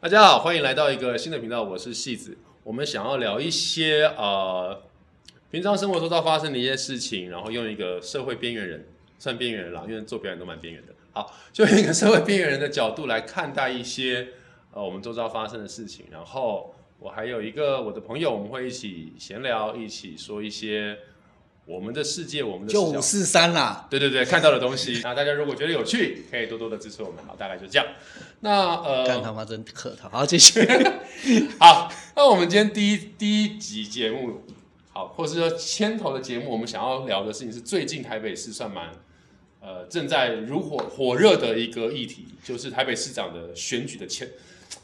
大家好，欢迎来到一个新的频道，我是戏子。我们想要聊一些呃，平常生活中到发生的一些事情，然后用一个社会边缘人，算边缘人啦，因为做表演都蛮边缘的。好，就用一个社会边缘人的角度来看待一些呃我们周遭发生的事情。然后我还有一个我的朋友，我们会一起闲聊，一起说一些我们的世界，我们的就视角五四三啊啦。对对对，看到的东西。那大家如果觉得有趣，可以多多的支持我们。好，大概就这样。那干呃，他妈真可讨，好 继续。好，那我们今天第一第一集节目，好，或是说牵头的节目，我们想要聊的事情是最近台北市算蛮呃正在如火火热的一个议题，就是台北市长的选举的前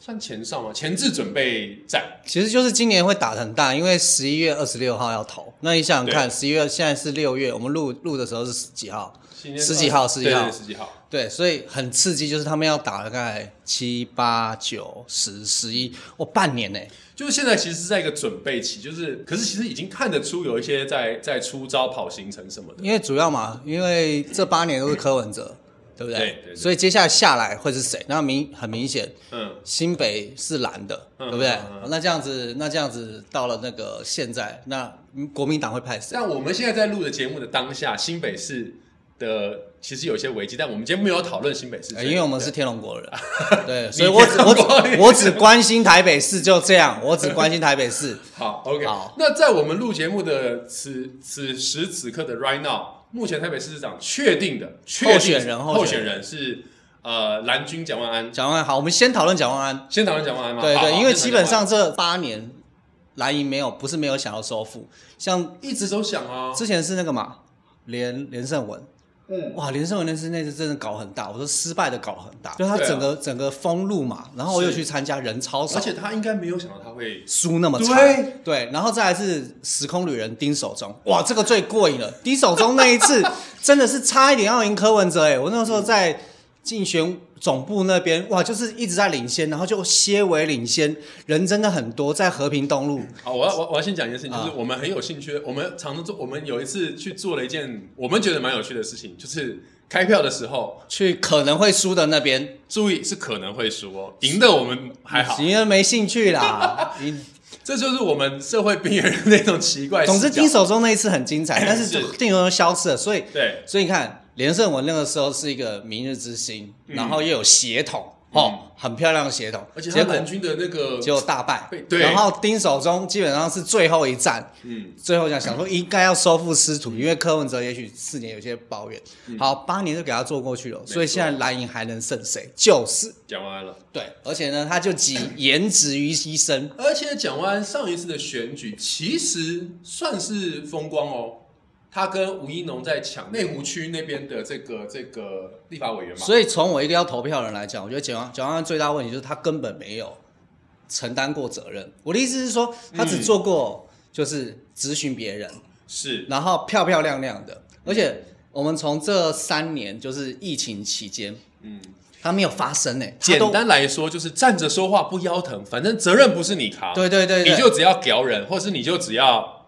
算前哨吗？前置准备战。其实就是今年会打得很大，因为十一月二十六号要投。那你想想看，十一月现在是六月，我们录录的时候是十几号？今天十几号十几对号对对十几号。对，所以很刺激，就是他们要打大概七八九十十一，哦，半年呢、就是现在其实是在一个准备期，就是可是其实已经看得出有一些在在出招跑行程什么的。因为主要嘛，因为这八年都是柯文哲，对不对？对对对所以接下来下来会是谁？那明很明显，嗯，新北是蓝的，嗯对不对？嗯那这样子，那这样子到了那个现在，那嗯国民党会派谁？但我们现在在录的节目的当下，新北市的其实有些危机，但我们今天没有讨论新北市，呃因为我们是天龙 国人，对，所天以龙我只我国人只我只关心台北市，就这样，我只关心台北市。好 OK。好那在我们录节目的此此时此刻的 right now，目前台北市市长确定的确定候选人候候选选人是呃蓝军蒋万安，蒋万安好，我们先讨论蒋万安，先讨论蒋万安吗？对好对，好因为先基讨论本上这八年蓝营没有不是没有想要收复，像一直都想啊，之前是那个嘛连连胜文，嗯，哇，连胜文那次那次真的搞很大，我说失败的搞很大，就他对啊整个、整个封路嘛，然后我又是去参加人超少，而且他应该没有想到他会输那么惨，对然后再来是时空旅人丁守中，哇，这个最过瘾了。丁守中那一次 真的是差一点要赢柯文哲，哎，我那时候在竞选总部那边，哇，就是一直在领先，然后就些微领先，人真的很多，在和平东路，好，我要我我要先讲一件事情，就啊是我们很有兴趣，我们常常做，我们有一次去做了一件我们觉得蛮有趣的事情，就是开票的时候，去可能会输的那边，注意是可能会输哦，赢的我们还好，你又没兴趣 啦。你这就是我们社会边缘人那种奇怪视角。总之丁守中那一次很精彩，但 是是丁守中消失了，所以对，所以你看，连胜文那个时候是一个明日之星，嗯然后又有血统哦，很漂亮的血统，而且他结果蓝军的那个，结果大败被。对然后丁守中基本上是最后一战，嗯，最后想想说应该要收复失土，因为柯文哲也许四年有些抱怨，好八年就给他做过去了，嗯错所以现在蓝营还能胜谁？就是讲完了。对，而且呢，他就集颜值于一身，而且蒋万安上一次的选举其实算是风光哦，他跟吴一农在抢内湖区那边的这个这个立法委员嘛，所以从我一个要投票的人来讲，我觉得蒋万蒋万安最大问题就是他根本没有承担过责任。我的意思是说，他只做过就是咨询别人，嗯是然后漂漂亮亮的，嗯而且我们从这三年就是疫情期间，嗯。他没有发生呢、欸，他简都单来说，就是站着说话不腰疼，反正责任不是你扛，对对对对，你就只要屌人，或是你就只要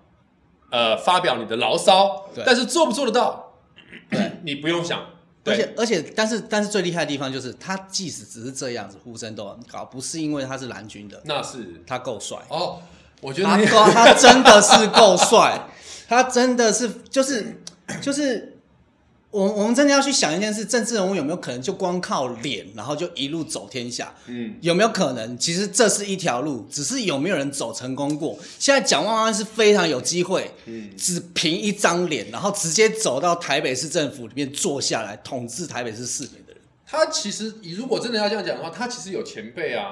呃发表你的牢骚对，但是做不做得到， 你不用想。而对，且而且，但是但是最厉害的地方就是他即使只是这样子呼声都很高，不是因为他是蓝军的，那是他够帅。哦，我觉得他那高，他真的是够帅，他真的是就是就是，我我们真的要去想一件事，政治人物有没有可能就光靠脸，然后就一路走天下？嗯，有没有可能？其实这是一条路，只是有没有人走成功过。现在蒋万安是非常有机会，嗯只凭一张脸，然后直接走到台北市政府里面坐下来，统治台北市四年的人。他其实如果真的要这样讲的话，他其实有前辈啊，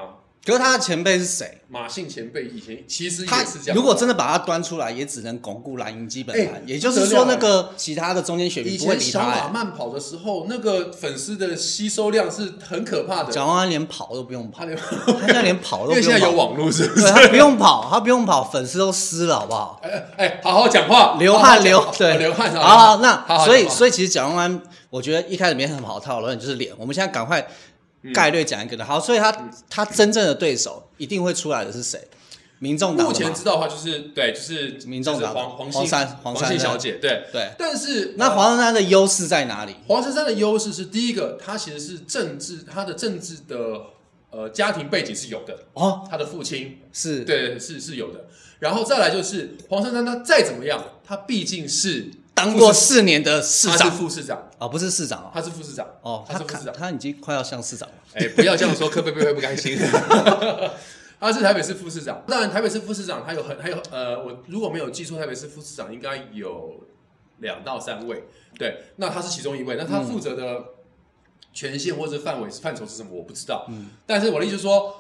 可是他的前辈是谁？马姓前辈以前其实他也是这样。如果真的把它端出来，也只能巩固蓝营基本盘，哎也就是不得了说，那个其他的中间选以民不会前理小他、马哎慢跑的时候，那个粉丝的吸收量是很可怕的。 蒋万安连跑都不用跑，他连他现在连跑都因不为用跑，现在有网络，是不对是？他不用跑，他不用跑，粉丝都湿了，好不好？哎哎，好好讲话，流好好汗讲流话哦对流汗好好，那好好所以讲话所以其实蒋万安，我觉得一开始没什么好讨论，就是脸。我们现在赶快嗯概略讲一个的，好，所以他他真正的对手一定会出来的是谁？民众党目的嘛前知道的话，就是对，就是民众就是党的黄黄黄信珊黄黄珊信珊小姐，对。对，但是那呃黄珊珊的优势在哪里？黄珊珊的优势是第一个，她其实是政治，她的政治的呃家庭背景是有的，哦，他的父亲是对是是有的。然后再来就是黄珊珊，她再怎么样，她毕竟是当过四年的市她是长副市长，哦，不是市长哦，她是副市长哦，她他是副市看长。他已经快要像市长了，哎，不要这样说，柯贝贝会不甘心。 他是台北市副市长，当然台北市副市长他有很还有呃，我如果没有记错，台北市副市长应该有两到三位，对，那他是其中一位，那他负责的权限或者范围范畴是什么我不知道，但是我的意思是说，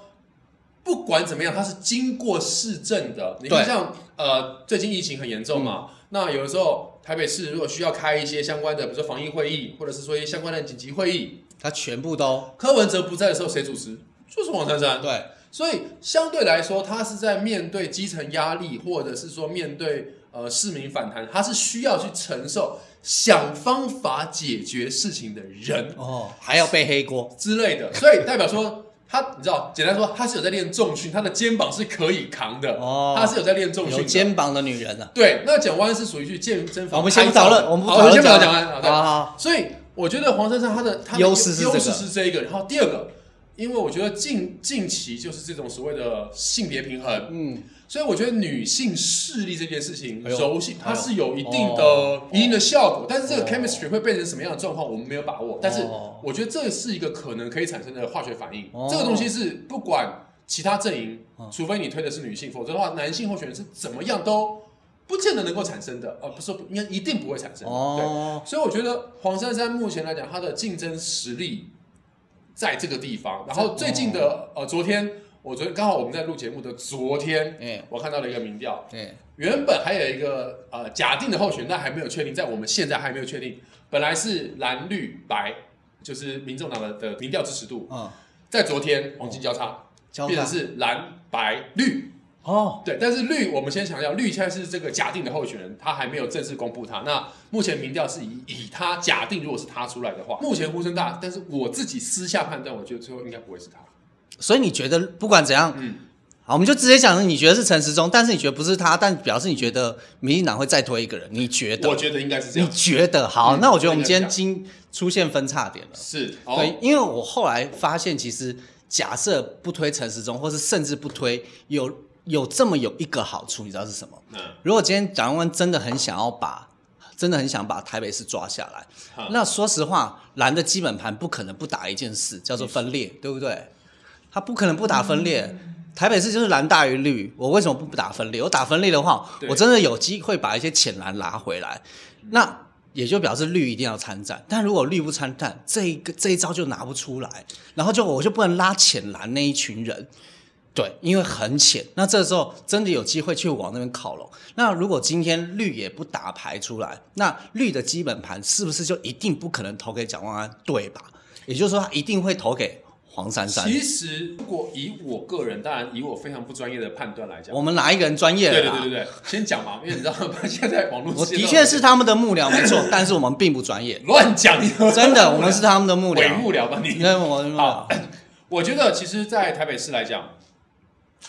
不管怎么样，他是经过市政的，你看对像呃最近疫情很严重嘛，那有的时候台北市如果需要开一些相关的，比如说防疫会议，或者是说一些相关的紧急会议，他全部都柯文哲不在的时候，谁主持？就是黄珊珊。对，所以相对来说，他是在面对基层压力，或者是说面对呃市民反弹，他是需要去承受想方法解决事情的人哦，还要背黑锅，之类的。所以代表说，他你知道，简单说，他是有在练重训，他的肩膀是可以扛的。哦他是有在练重有训的。肩膀的女人啊。对，那蒋万安是属于去健身好房我们拍先照不的。讨论，我们不好讨论先不讨讲讲完。好对好好，所以我觉得黄珊珊她的她的优势是这个优势是这一个，然后第二个，因为我觉得近近期就是这种所谓的性别平衡，嗯，所以我觉得女性势力这件事情哎呦柔性哎它呦是有一定的哦一定的效果，但是这个哦 chemistry 会变成什么样的状况，我们没有把握。但是哦我觉得这是一个可能可以产生的化学反应哦，这个东西是不管其他阵营嗯，除非你推的是女性，否则的话，男性候选人是怎么样都不见得能够产生的，呃，不是说不应该一定不会产生的。对。哦，所以我觉得黄珊珊目前来讲，她的竞争实力在这个地方。然后最近的、呃，昨天我昨天刚好我们在录节目的昨天，哎我看到了一个民调，哎，原本还有一个呃假定的候选人，但还没有确定，在我们现在还没有确定，本来是蓝绿白，就是民众党的的民调支持度，嗯，在昨天黄金交叉、交变换成是蓝白绿。哦，对，但是绿我们先强调，绿现在是这个假定的候选人，他还没有正式公布他。那目前民调是以以他假定，如果是他出来的话，目前呼声大，但是我自己私下判断，我觉得最后应该不会是他。哎所以你觉得不管怎样，嗯，好，我们就直接讲，你觉得是陈时中，但是你觉得不是他，但表示你觉得民进党会再推一个人，你觉我得？觉得应该是这你样。觉得好？嗯那我觉得我们我觉今天得经出现分叉点了。是，哦，对，因为我后来发现，其实假设不推陈时中，或是甚至不推，有有这么有一个好处，你知道是什么？嗯，如果今天蒋万安真的很想要把，真的很想把台北市抓下来，好那说实话，蓝的基本盘不可能不打一件事，叫做分裂，对不对？他不可能不打分裂。台北市就是蓝大于绿，我为什么不打分裂？我打分裂的话，对我真的有机会把一些浅蓝拉回来，那也就表示绿一定要参战。但如果绿不参战，这一个这一招就拿不出来，然后就我就不能拉浅蓝那一群人。对，因为很浅，那这时候真的有机会去往那边靠拢。那如果今天绿也不打牌出来，那绿的基本盘是不是就一定不可能投给蒋万安，对吧？也就是说，他一定会投给黄珊珊。其实如果以我个人，当然以我非常不专业的判断来讲，我们哪一个人专业对对了啦？对对对，先讲嘛，因为你知道 吗？现在网络我世界的都确是他们的幕僚，没 错，但是我们并不专业，乱讲，真的，我们是他们的幕 伪僚。幕僚吧你因？为我们的幕好僚，我觉得其实，在台北市来讲，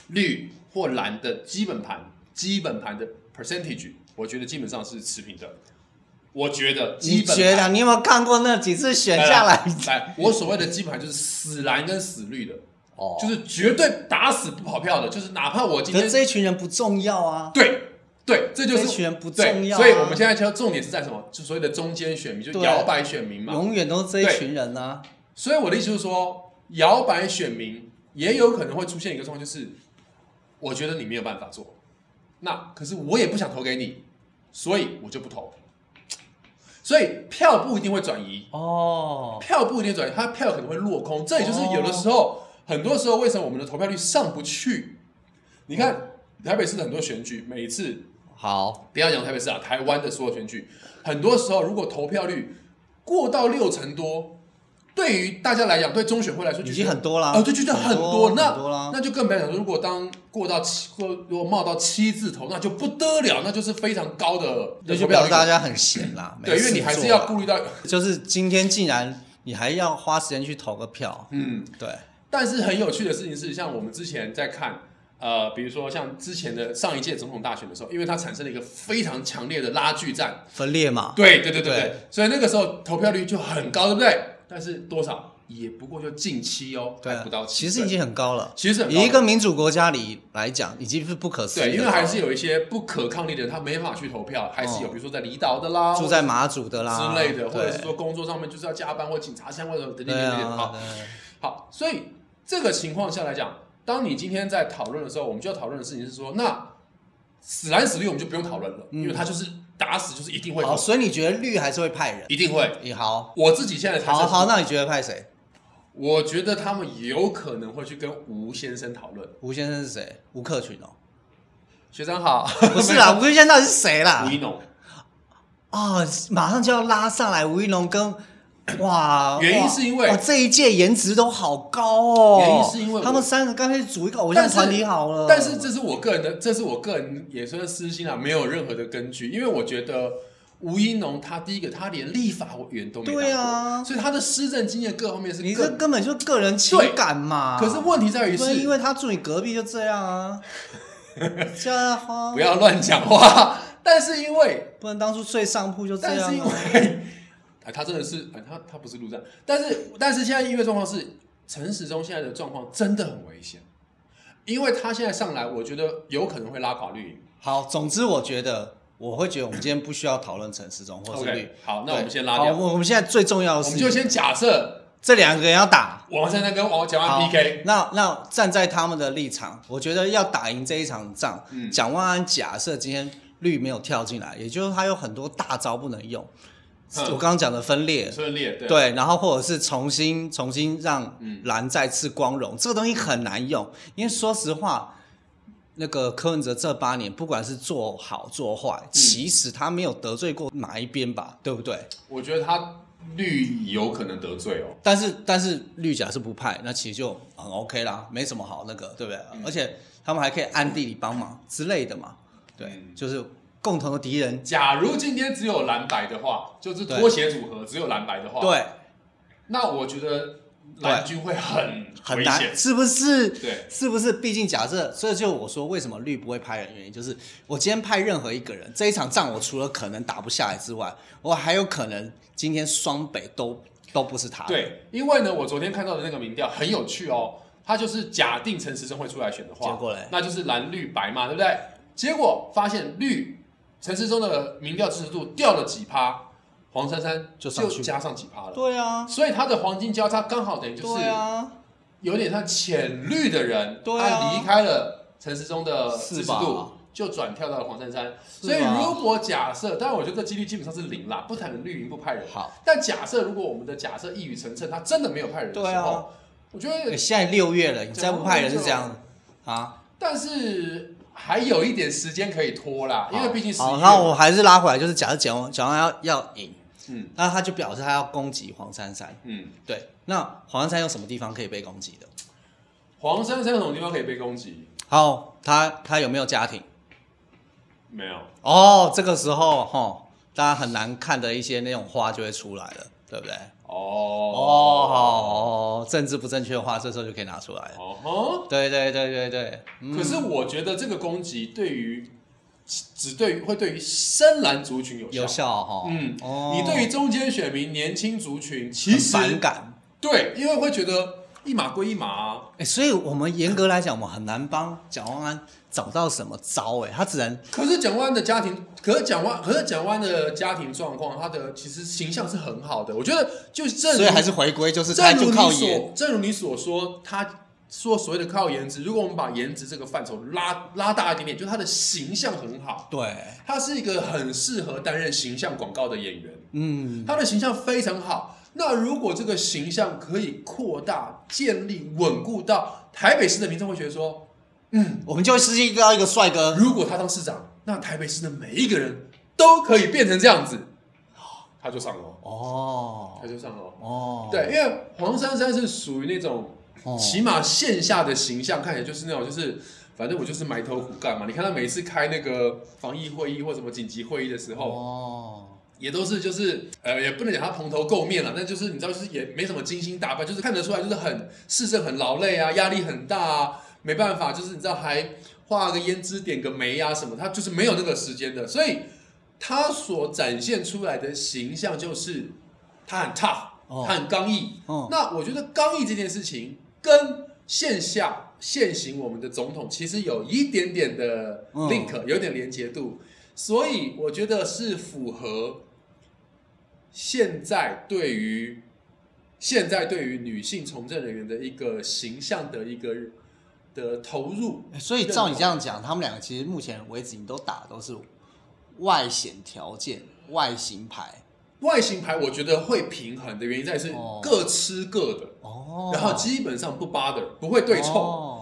绿或蓝的基本盘，基本盘的 percentage，我觉得基本上是持平的。我觉得基你本觉得盘你有没有看过那几次选下来？来，我所谓的基本盘就是死蓝跟死绿的，哦，就是绝对打死不跑票的，就是哪怕我今可是天这一群人不重要啊，对对，这就这一群是人不重对，要啊、所以我们现在就重点是在什么？就所谓的中间选民，就对摇摆选民嘛。永远都是这一群人啊。所以我的意思就是说，摇摆选民也有可能会出现一个状况，就是我觉得你没有办法做，那可是我也不想投给你，所以我就不投。所以票不一定会转移，哦，票不一定转移，它票可能会落空。这也就是有的时候，很多时候为什么我们的投票率上不去？你看台北市的很多选举，每一次好，不要讲台北市啊，台湾的所有选举，很多时候如果投票率过到六成多，对于大家来讲，对中选会来说已经很多啦。啊，对，就就很多，那很多啦。那就更不要讲说，如果当过到七，过如果冒到七字头，那就不得了，那就是非常高的，那就表示大家家很闲啦，对，没因为事你还是做啊要啦顾虑到，就是今天竟然你还要花时间去投个票，嗯，对，但是很有趣的事情是，像我们之前在看，呃，比如说像之前的上一届总统大选的时候，因为它产生了一个非常强烈的拉锯战，分裂嘛，对对对对对，对所以那个时候投票率就很高，对不对？但是多少？也不过就近期哦，对还啊不到七其岁，实已经很高了。其实很高以一个民主国家里来讲，已经是不可思议的对，了。因为还是有一些不可抗力的人，他没法去投票，还是有，哦比如说在离岛的啦，住在马祖的啦之类的，对或者是说工作上面就是要加班或警察相关的等等对等等。啊，好，对啊好，所以这个情况下来讲，当你今天在讨论的时候，我们就要讨论的事情是说，那死蓝死绿我们就不用讨论了，因为他就是打死就是一定会投嗯好，，所以你觉得绿还是会派人？一定会。也好，我自己现在的猜测好是好，那你觉得派谁？我觉得他们有可能会去跟吴先生讨论。吴先生是谁？吴克群哦，学长好，不是 啦，吴克群到底是谁啦啊吴？一农，啊、马上就要拉上来吴一龙跟哇，原因哇是因为哇这一届颜值都好高哦，原因是因为我他们三个干脆组一个偶像团体好了，但是这是我个人的，这是我个人也算是私心啊，没有任何的根据，因为我觉得吴一农他第一个他连立法委员都没当过对啊所以他的施政经验各方面是你这更。根本就个人情感嘛，可是问题在于对，因是为他住你隔壁就这样啊，这样啊不，要乱讲话， 但是因为不能当初睡上铺就这但样、是因啊，为 哎，他真的是哎，他他不是陆战，但是但是现在因为状况是陈时中现在的状况真的很危险，因为他现在上来，我觉得有可能会拉垮绿营。好，总之我觉得我会觉得我们今天不需要讨论陈时中或是绿 OK，好，那我们对先拉好掉，我我们现在最重要的我是们就先假设这两个人要打。王珊珊跟王蒋好万 PK，那那站在他们的立场，我觉得要打赢这一场仗，嗯蒋万安假设今天绿没有跳进来，也就是他有很多大招不能用。嗯我刚刚讲的分裂，顺利对啊对，然后或者是重新重新让嗯蓝再次光荣，这个东西很难用，因为说实话，那个柯文哲这八年不管是做好做坏，嗯其实他没有得罪过哪一边吧，对不对？我觉得他绿有可能得罪哦。但是但是绿甲是不派，那其实就很 OK 啦，没什么好那个，对不对？嗯而且他们还可以暗地里帮忙之类的嘛，对，嗯就是共同的敌人，假如今天只有蓝白的话，就是对拖鞋组合只有蓝白的话，，对，那我觉得蓝军会很很危难，险。是不是？对，是不是？毕竟假设，所以就我说为什么绿不会派人，原因就是我今天派任何一个人，这一场仗我除了可能打不下来之外，我还有可能今天双北都都不是他，，对，啊因为呢，我昨天看到的那个民调很有趣哦，他就是假定陈时中会出来选的话，结果嘞那就是蓝绿白嘛，对不对？结果发现绿陈时中的民调支持度掉了几趴，黄珊珊就上去加上几趴了，对啊，所以他的黄金交叉刚好等于就是对啊，有点像浅绿的人，对啊他离开了陈时中的是支持吧度，就转跳到了黄珊珊。是所以吧如果假设，当然我觉得这几率基本上是零啦，不谈绿营不派人。好，但假设如果我们的假设一语成谶，他真的没有派人的对时啊候，我觉欸得，现在六月了，你再不派人是这样啊？但是还有一点时间可以拖啦，因为毕竟十一好，月那嘛，我还是拉回来，就是假设蒋万蒋万安要要赢，嗯那他就表示他要攻击黄珊珊。嗯，对，那黄珊珊有什么地方可以被攻击的？黄珊珊什么地方可以被攻击？好，他他有没有家庭？没有，哦，这个时候哈，大家很难看的一些那种话就会出来了，对不对？哦哦，哦，政治不正确的话，这时候就可以拿出来了。哦吼。对对对对对，嗯可是我觉得这个攻击对于只对于会对于深蓝族群有效。有效哈。嗯，哦，你对于中间选民、年轻族群，其很实反感，对，因为会觉得一码归一码、啊，哎、所以我们严格来讲，我们很难帮蒋万安找到什么招、哎，他只能可是蒋万安的家庭，可是蒋万，可是蒋万安的家庭状况，他的其实形象是很好的。我觉得就正如所以还是回归，就是他正如就你靠颜，所正如你所说，他说所谓的靠颜值，如果我们把颜值这个范畴拉拉大一点点，就是他的形象很好，对，他是一个很适合担任形象广告的演员。嗯，他的形象非常好。那如果这个形象可以扩大、建立、稳固到台北市的民众会觉得说，我们就是一个要一个帅哥，如果他当市长，那台北市的每一个人都可以变成这样子，他就上楼，哦他就上楼。哦，对，因为黄珊珊是属于那种，哦起码线下的形象看起来就是那种，就是反正我就是埋头苦干嘛。你看他每次开那个防疫会议或什么紧急会议的时候，哦，也都是就是呃，也不能讲他蓬头垢面了，那就是你知道，就是也没什么精心打扮，就是看得出来就是很市政很劳累啊，压力很大啊，没办法，就是你知道还画个胭脂点个眉啊什么，他就是没有那个时间的，所以他所展现出来的形象就是他很 tough，哦他很刚毅。哦那我觉得刚毅这件事情跟线下现行我们的总统其实有一点点的嗯 link，、有点连结度，所以我觉得是符合现在对于现在对于女性从政人员的一个形象的一个的投入。所以照你这样讲，他们两个其实目前为止你都打的都是外显条件、外形牌外形牌，我觉得会平衡的原因在于是哦各吃各的，哦，然后基本上不 bother，不会对冲。哦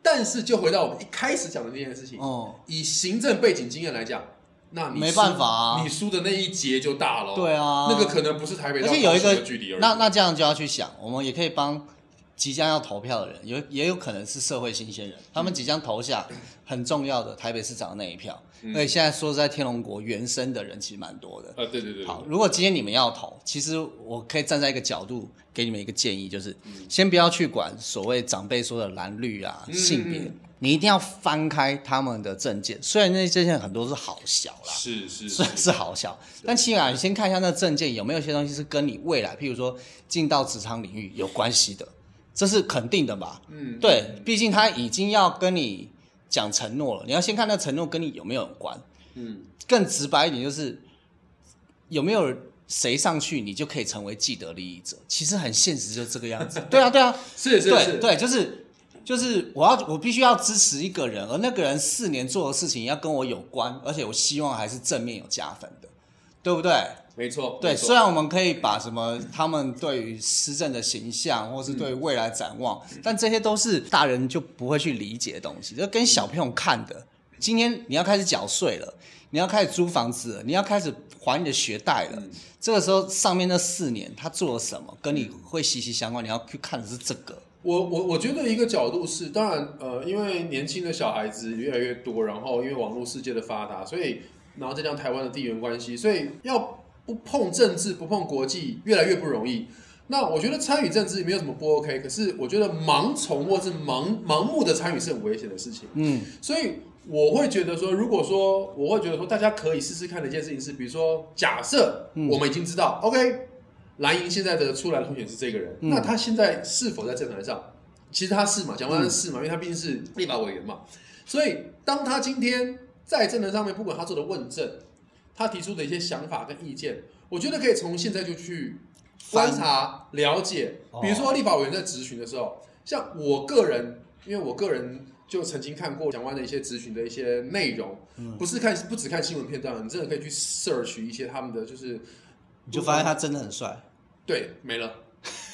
但是就回到我们一开始讲的那件事情，哦，以行政背景经验来讲，那你没输办法啊你输的那一节就大了。对啊那个可能不是台北而到且有一高雄个的距离而已。那那这样就要去想，我们也可以帮即将要投票的人，有也有可能是社会新鲜人，他们即将投下很重要的台北市长的那一票。嗯而且现在说实在，天龙国原生的人其实蛮多的。呃，对对对对好，如果今天你们要投，其实我可以站在一个角度给你们一个建议，就是先不要去管所谓长辈说的蓝绿啊、嗯性嗯别嗯，你一定要翻开他们的证件，虽然那些证件很多是好小啦，是是虽然是好笑，但起码你先看一下那证件有没有一些东西是跟你未来，譬如说进到职场领域有关系的，这是肯定的吧？嗯， 对，毕竟他已经要跟你讲承诺了，你要先看那承诺跟你有没有关。嗯，更直白一点就是，有没有谁上去，你就可以成为既得利益者。其实很现实，就这 个样子。对啊，对啊，是是对是，对，就是就是我要我必须要支持一个人，而那个人四年做的事情要跟我有关，而且我希望还是正面有加分的，对不对？没错，对，没错虽然我们可以把什么他们对于施政的形象，或是对未来展望，但这些都是大人就不会去理解的东西，这跟小朋友看的。今天你要开始缴税了，你要开始租房子了，你要开始还你的学贷了。这个时候上面那四年他做了什么，跟你会息息相关。你要去看的是这个。我我我觉得一个角度是，当然呃，因为年轻的小孩子越来越多，然后因为网络世界的发达，所以然后再加上台湾的地缘关系，所以要不碰政治、不碰国际，越来越不容易。那我觉得参与政治没有什么不 OK，可是我觉得盲从或是盲盲目的参与是很危险的事情。嗯，所以我会觉得说，如果说我会觉得说，大家可以试试看的一件事情是，比如说，假设我们已经知道、o k 蓝营现在的出来的候选人是这个人，嗯那他现在是否在政坛上？其实他是嘛，蒋万安是嘛，因为他毕竟是立法委员嘛。所以当他今天在政坛上面，不管他做的问政，他提出的一些想法跟意见，我觉得可以从现在就去观察了解哦。比如说立法委员在质询的时候，像我个人，因为我个人就曾经看过蒋万的一些质询的一些内容，嗯不是看不只看新闻片段，你真的可以去 search 一些他们的就是你就发现他真的很帅。对没了，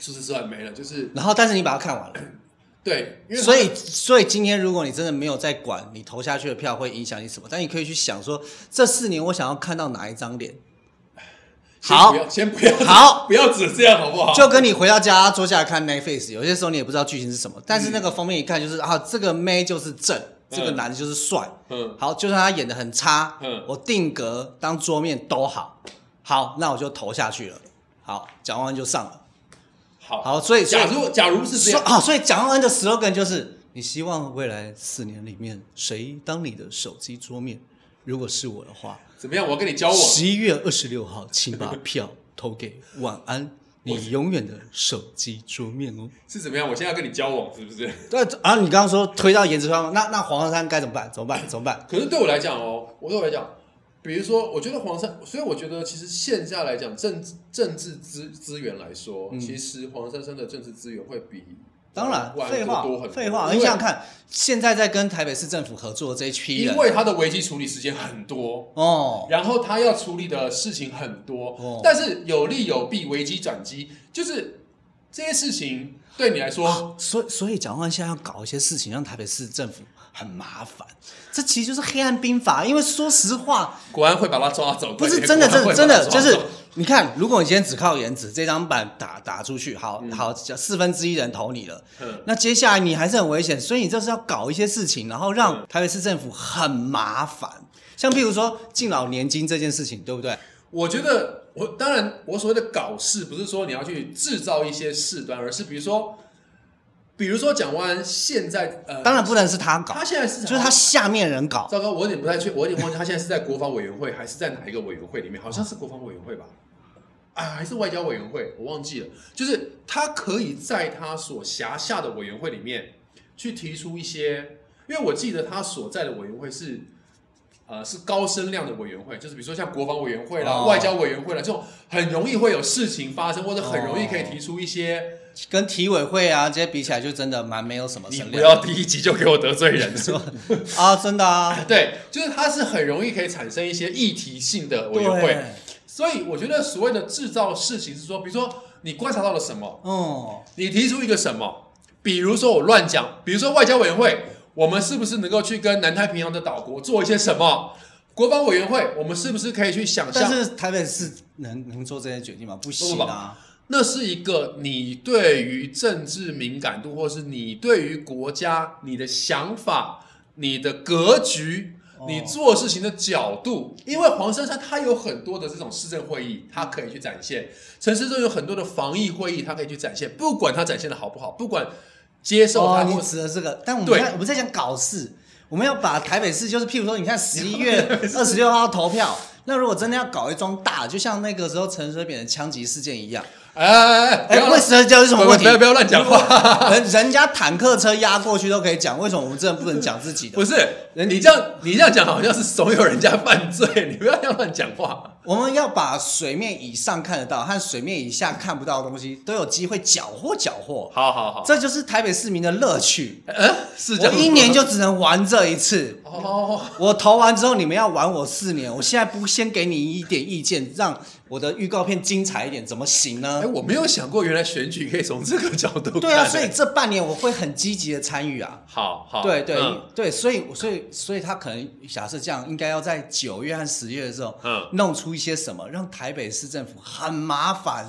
除此之外没了，就是然后，但是你把它看完了，对，因为所以，所以今天如果你真的没有在管你投下去的票会影响你什么，但你可以去想说，这四年我想要看到哪一张脸。先好不要先不要好不要只这样好不好？就跟你回到家坐下来看 Netflix，有些时候你也不知道剧情是什么，嗯但是那个封面一看就是、啊，这个妹就是正，这个男的就是帅。嗯好，就算他演的很差，嗯我定格当桌面都好。好，那我就投下去了。好，蒋万安就上了。好好，所以假如假如是这说样，啊，所以蒋万安的 slogan 就是：你希望未来四年里面谁当你的手机桌面？如果是我的话，怎么样？我要跟你交往。十一月二十六号，请把票投给晚 安，你永远的手机桌面哦。是怎么样？我现在要跟你交往，是不是？对啊，你刚刚说推到颜值上，那那黄珊珊该怎么办？怎么办？怎么办？可是对我来讲哦，我对我来讲，比如说，我觉得黄珊，所以我觉得其实线下来讲，政政治资资源来说，其实黄珊珊的政治资源会比嗯当然万，安废话多很，多废话，因为你想想看，现在在跟台北市政府合作的这一批人因，为他的危机处理时间很多，哦，然后他要处理的事情很多，哦但是有利有弊，危机转机，就是这些事情对你来说，啊所以所以蒋万现在要搞一些事情，让台北市政府很麻烦，这其实就是黑暗兵法。因为说实话，国安会把他抓走，不是对真的，真的真的就是。国安会把他抓走你看，如果你今天只靠颜值这张板打打出去，好好四分之一人投你了，嗯那接下来你还是很危险，所以你就是要搞一些事情，然后让台北市政府很麻烦。像譬如说敬老年金这件事情，对不对？我觉得我当然，我所谓的搞事，不是说你要去制造一些事端，而是比如说，比如说蒋万安现在呃，当然不能是他搞他，现在是就是他下面人搞。糟糕，我有点不太确，我有点忘记他现在是在国防委员会还是在哪一个委员会里面，好像是国防委员会吧。啊，还是外交委员会，我忘记了，就是他可以在他所辖下的委员会里面去提出一些，因为我记得他所在的委员会是。呃，是高声量的委员会，就是比如说像国防委员会啦、哦外交委员会啦，这种很容易会有事情发生，或者很容易可以哦提出一些。跟体委会啊这些比起来，就真的蛮没有什么你声不量要第一集就给我得罪人，啊，真的啊， 对，就是它是很容易可以产生一些议题性的委员会。对，所以我觉得所谓的制造事情是说，比如说你观察到了什么，嗯，你提出一个什么，比如说我乱讲，比如说外交委员会，我们是不是能够去跟南太平洋的岛国做一些什么？国防委员会，我们是不是可以去想但象？是台北市能能做这些决定吗？不行啊，那是一个你对于政治敏感度，或是你对于国家、你的想法、你的格局、哦嗯你做事情的角度。因为黄珊珊她有很多的这种市政会议，她可以去展现；陈市中有很多的防疫会议，她可以去展现。不管她展现的好不好，不管接受她哦，或你指的这个，但我们对在我们在讲搞事，我们要把台北市就是，譬如说，你 看十一月二十六号投票，那如果真的要搞一桩大，就像那个时候陈水扁的枪击事件一样，哎哎哎，不哎、要为什么这有什么问题哦不？要不要乱讲话。人人家坦克车压过去都可以讲，为什么我们真的不能讲自己 的不？是你这样，你这样讲好像是怂恿人家犯罪，你不要这样乱讲话。我们要把水面以上看得到和水面以下看不到的东西都有机会缴获缴获，好好好，这就是台北市民的乐趣。嗯是这我样吗，一年就只能玩这一次，哦，我投完之后，你们要玩我四年，我现在不先给你一点意见，让我的预告片精彩一点，怎么行哎、呢？我没有想过，原来选举可以从这个角度看。欸对啊，所以这半年我会很积极的参与啊。好哦好，对对、嗯对，所以所以所以他可能假设这样，应该要在九月和十月的时候，嗯弄出一些什么，让台北市政府很麻烦。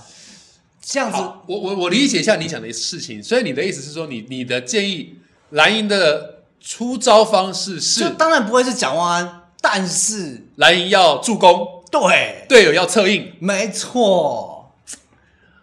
这样子，好，我我我理解一下你讲的事情。所以你的意思是说你，你的建议，蓝营的出招方式就是当然不会是蒋万安，但是蓝营要助攻，对，队友要策应。没错，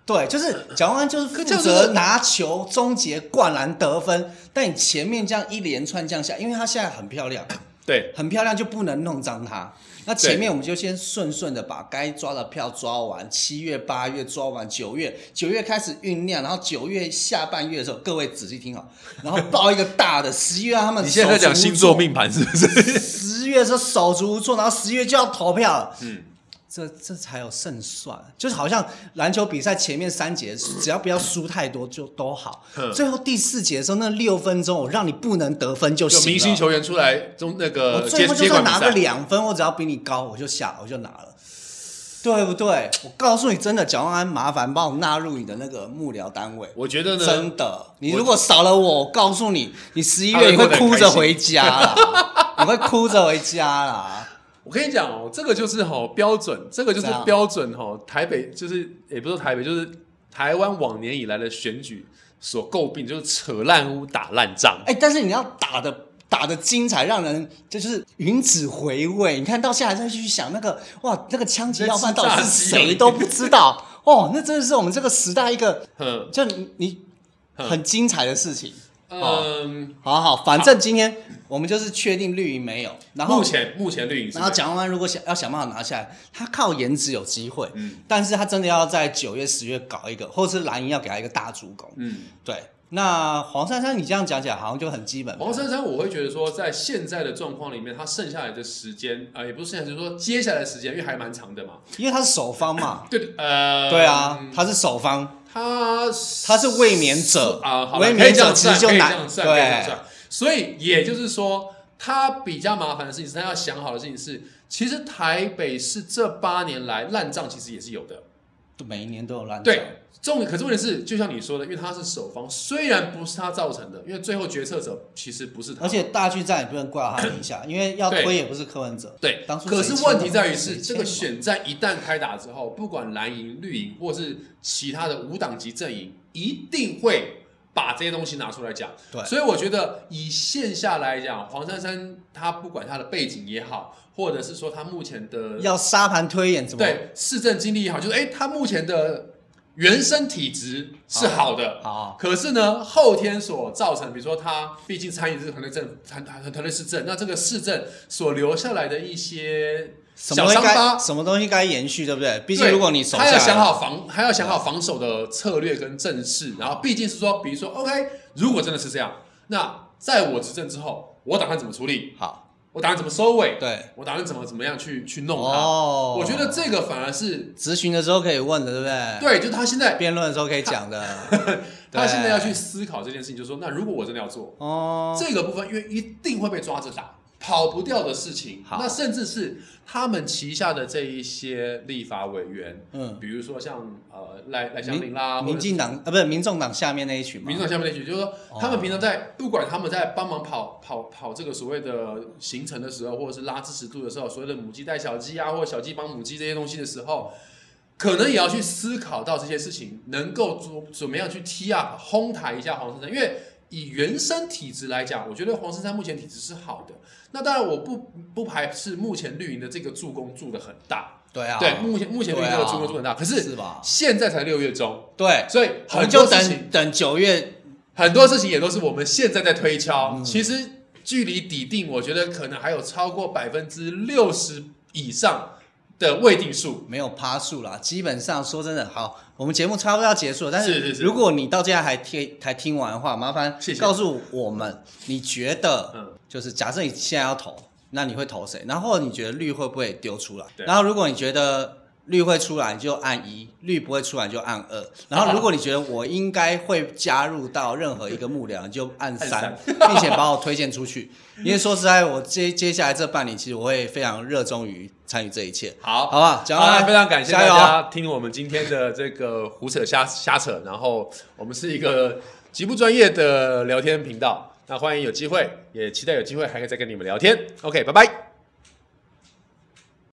对，就是蒋万安就是负可这样责子拿球终结灌篮得分，但你前面这样一连串这样下，因为他现在很 漂亮，对，很漂亮就不能弄脏他。那前面我们就先顺顺的把该抓的票抓完，七月、八月抓完，九月九月开始酝酿，然后九月下半月的时候，各位仔细听好，然后报一个大的，十一月他 们你现在在讲手足无星座措命盘是不是？十月的时候手足无措，然后十月就要投票了。嗯，这这才有胜算，就是好像篮球比赛前面三节只要不要输太多就都好，最后第四节的时候那六分钟我让你不能得分 就有行了。明星球员呃出来中那我个最接后就接算管拿比个赛两分，我只要比你高我就下我就拿了。对不对？我告诉你，真的，蒋万安，麻烦帮我纳入你的那个幕僚单位。我觉得呢，真的，你如果少了我，我告诉你，你十一月你他会过会得很哭开着心回家啦， 你会哭着回家啦。我跟你讲哦，这个就是哈、标准，这个就是怎样标准哈、台北就是也不是说台北，就是台湾往年以来的选举所诟病，就是扯烂屋打烂仗。哎、但是你要打的打的精彩，让人就是云指回味。你看到现在再去想那个哇，那个枪击要犯到底是谁都不知道哦，那真的是我们这个时代一个嗯，就你你很精彩的事情。嗯，好好，反正今天我们就是确定绿营没有，然后目前目前绿营是然后没有蒋万安如果想要想办法拿下来，他靠颜值有机会，嗯但是他真的要在九月、十月搞一个，或者是蓝营要给他一个大主攻，嗯，对。那黄珊珊，你这样讲起来好像就很基本，黄珊珊，我会觉得说，在现在的状况里面，她剩下来的时间啊、呃也不是剩下来，就是说接下来的时间，因为还蛮长的嘛。因为他是首方嘛，对，呃，对啊，嗯他是首方，她他是卫冕者啊，好了卫可以冕这者样其算，实就可以这难样，算，可以这样对，算。所以也就是说，她比较麻烦的事情是，她要想好的事情是，其实台北市这八年来烂账其实也是有的。每一年都有烂账，对，重可是问题是，就像你说的，因为她是首方，虽然不是她造成的，因为最后决策者其实不是她，而且大巨蛋也不能怪他名下，因为要推也不是柯文哲，对，当初可谁是签问的题在于谁是这签个的选战一旦开打之后，不管蓝营、绿营或是其他的无党籍阵营，一定会把这些东西拿出来讲。对所以我觉得以线下来讲，黄珊珊她不管她的背景也好，或者是说她目前的要沙盘推演怎么对市政经历也好，就是哎、她目前的原生体质是好的。好，可是呢，后天所造成，比如说他毕竟参与这个团队政团团团队市政，那这个市政所留下来的一些什么东西小伤疤该什么东西该延续，对不对？毕竟对如果你手下他要来想好防，还要想好防守的策略跟阵势，然后毕竟是说，比如说，OK，如果真的是这样，那在我执政之后，我打算怎么处理？好，我打算怎么收尾？对，我打算怎么怎么样去去弄它？哦，我觉得这个反而是咨询的时候可以问的，对不对？，对，就他现在辩论的时候可以讲的。 他对现在要去思考这件事情，就是说，那如果我真的要做哦，这个部分，因为一定会被抓着打，跑不掉的事情。好那甚至是他们旗下的这一些立法委员，嗯，比如说像呃赖赖香民林啦，或民者进党啊，不是民众党下面那一群嘛民。众下面那群，就是说哦他们平常在不管他们在帮忙跑跑跑这个所谓的行程的时候，或者是拉支持度的时候，所谓的母鸡带小鸡啊，或者小鸡帮母鸡这些东西的时候，可能也要去思考到这些事情，能够怎怎么样去踢啊，哄抬一下黄珊珊，因为。以原生体质来讲，我觉得黄珊珊目前体质是好的。那当然，我不不排斥目前绿营的这个助攻助的很大，对啊，对，啊目前目前绿营这个助攻助得很大。可是是吧？现在才六月中，对，所以我们很多就事情等等九月，很多事情也都是我们现在在推敲，嗯其实距离底定，我觉得可能还有超过百分之六十以上的未定数。没有趴数啦。基本上说真的，好，我们节目差不多要结束了，但是是是如果你到现在还听还听完的话，麻烦谢谢告诉我们，你觉得嗯就是假设你现在要投，那你会投谁？然后你觉得绿会不会丢出来？对然后如果你觉得绿会出来，你就按一；绿不会出来，你就按二。然后如果你觉得我应该会加入到任何一个幕僚，你就按三按，并且把我推荐出去。因为说实在，我接接下来这半年，其实我会非常热衷于参与这一切。好，好吧讲完啊非常感谢大加油家啊听我们今天的这个胡扯瞎瞎扯，然后我们是一个极不专业的聊天频道，那欢迎有机会，也期待有机会还可以再跟你们聊天。OK，拜拜。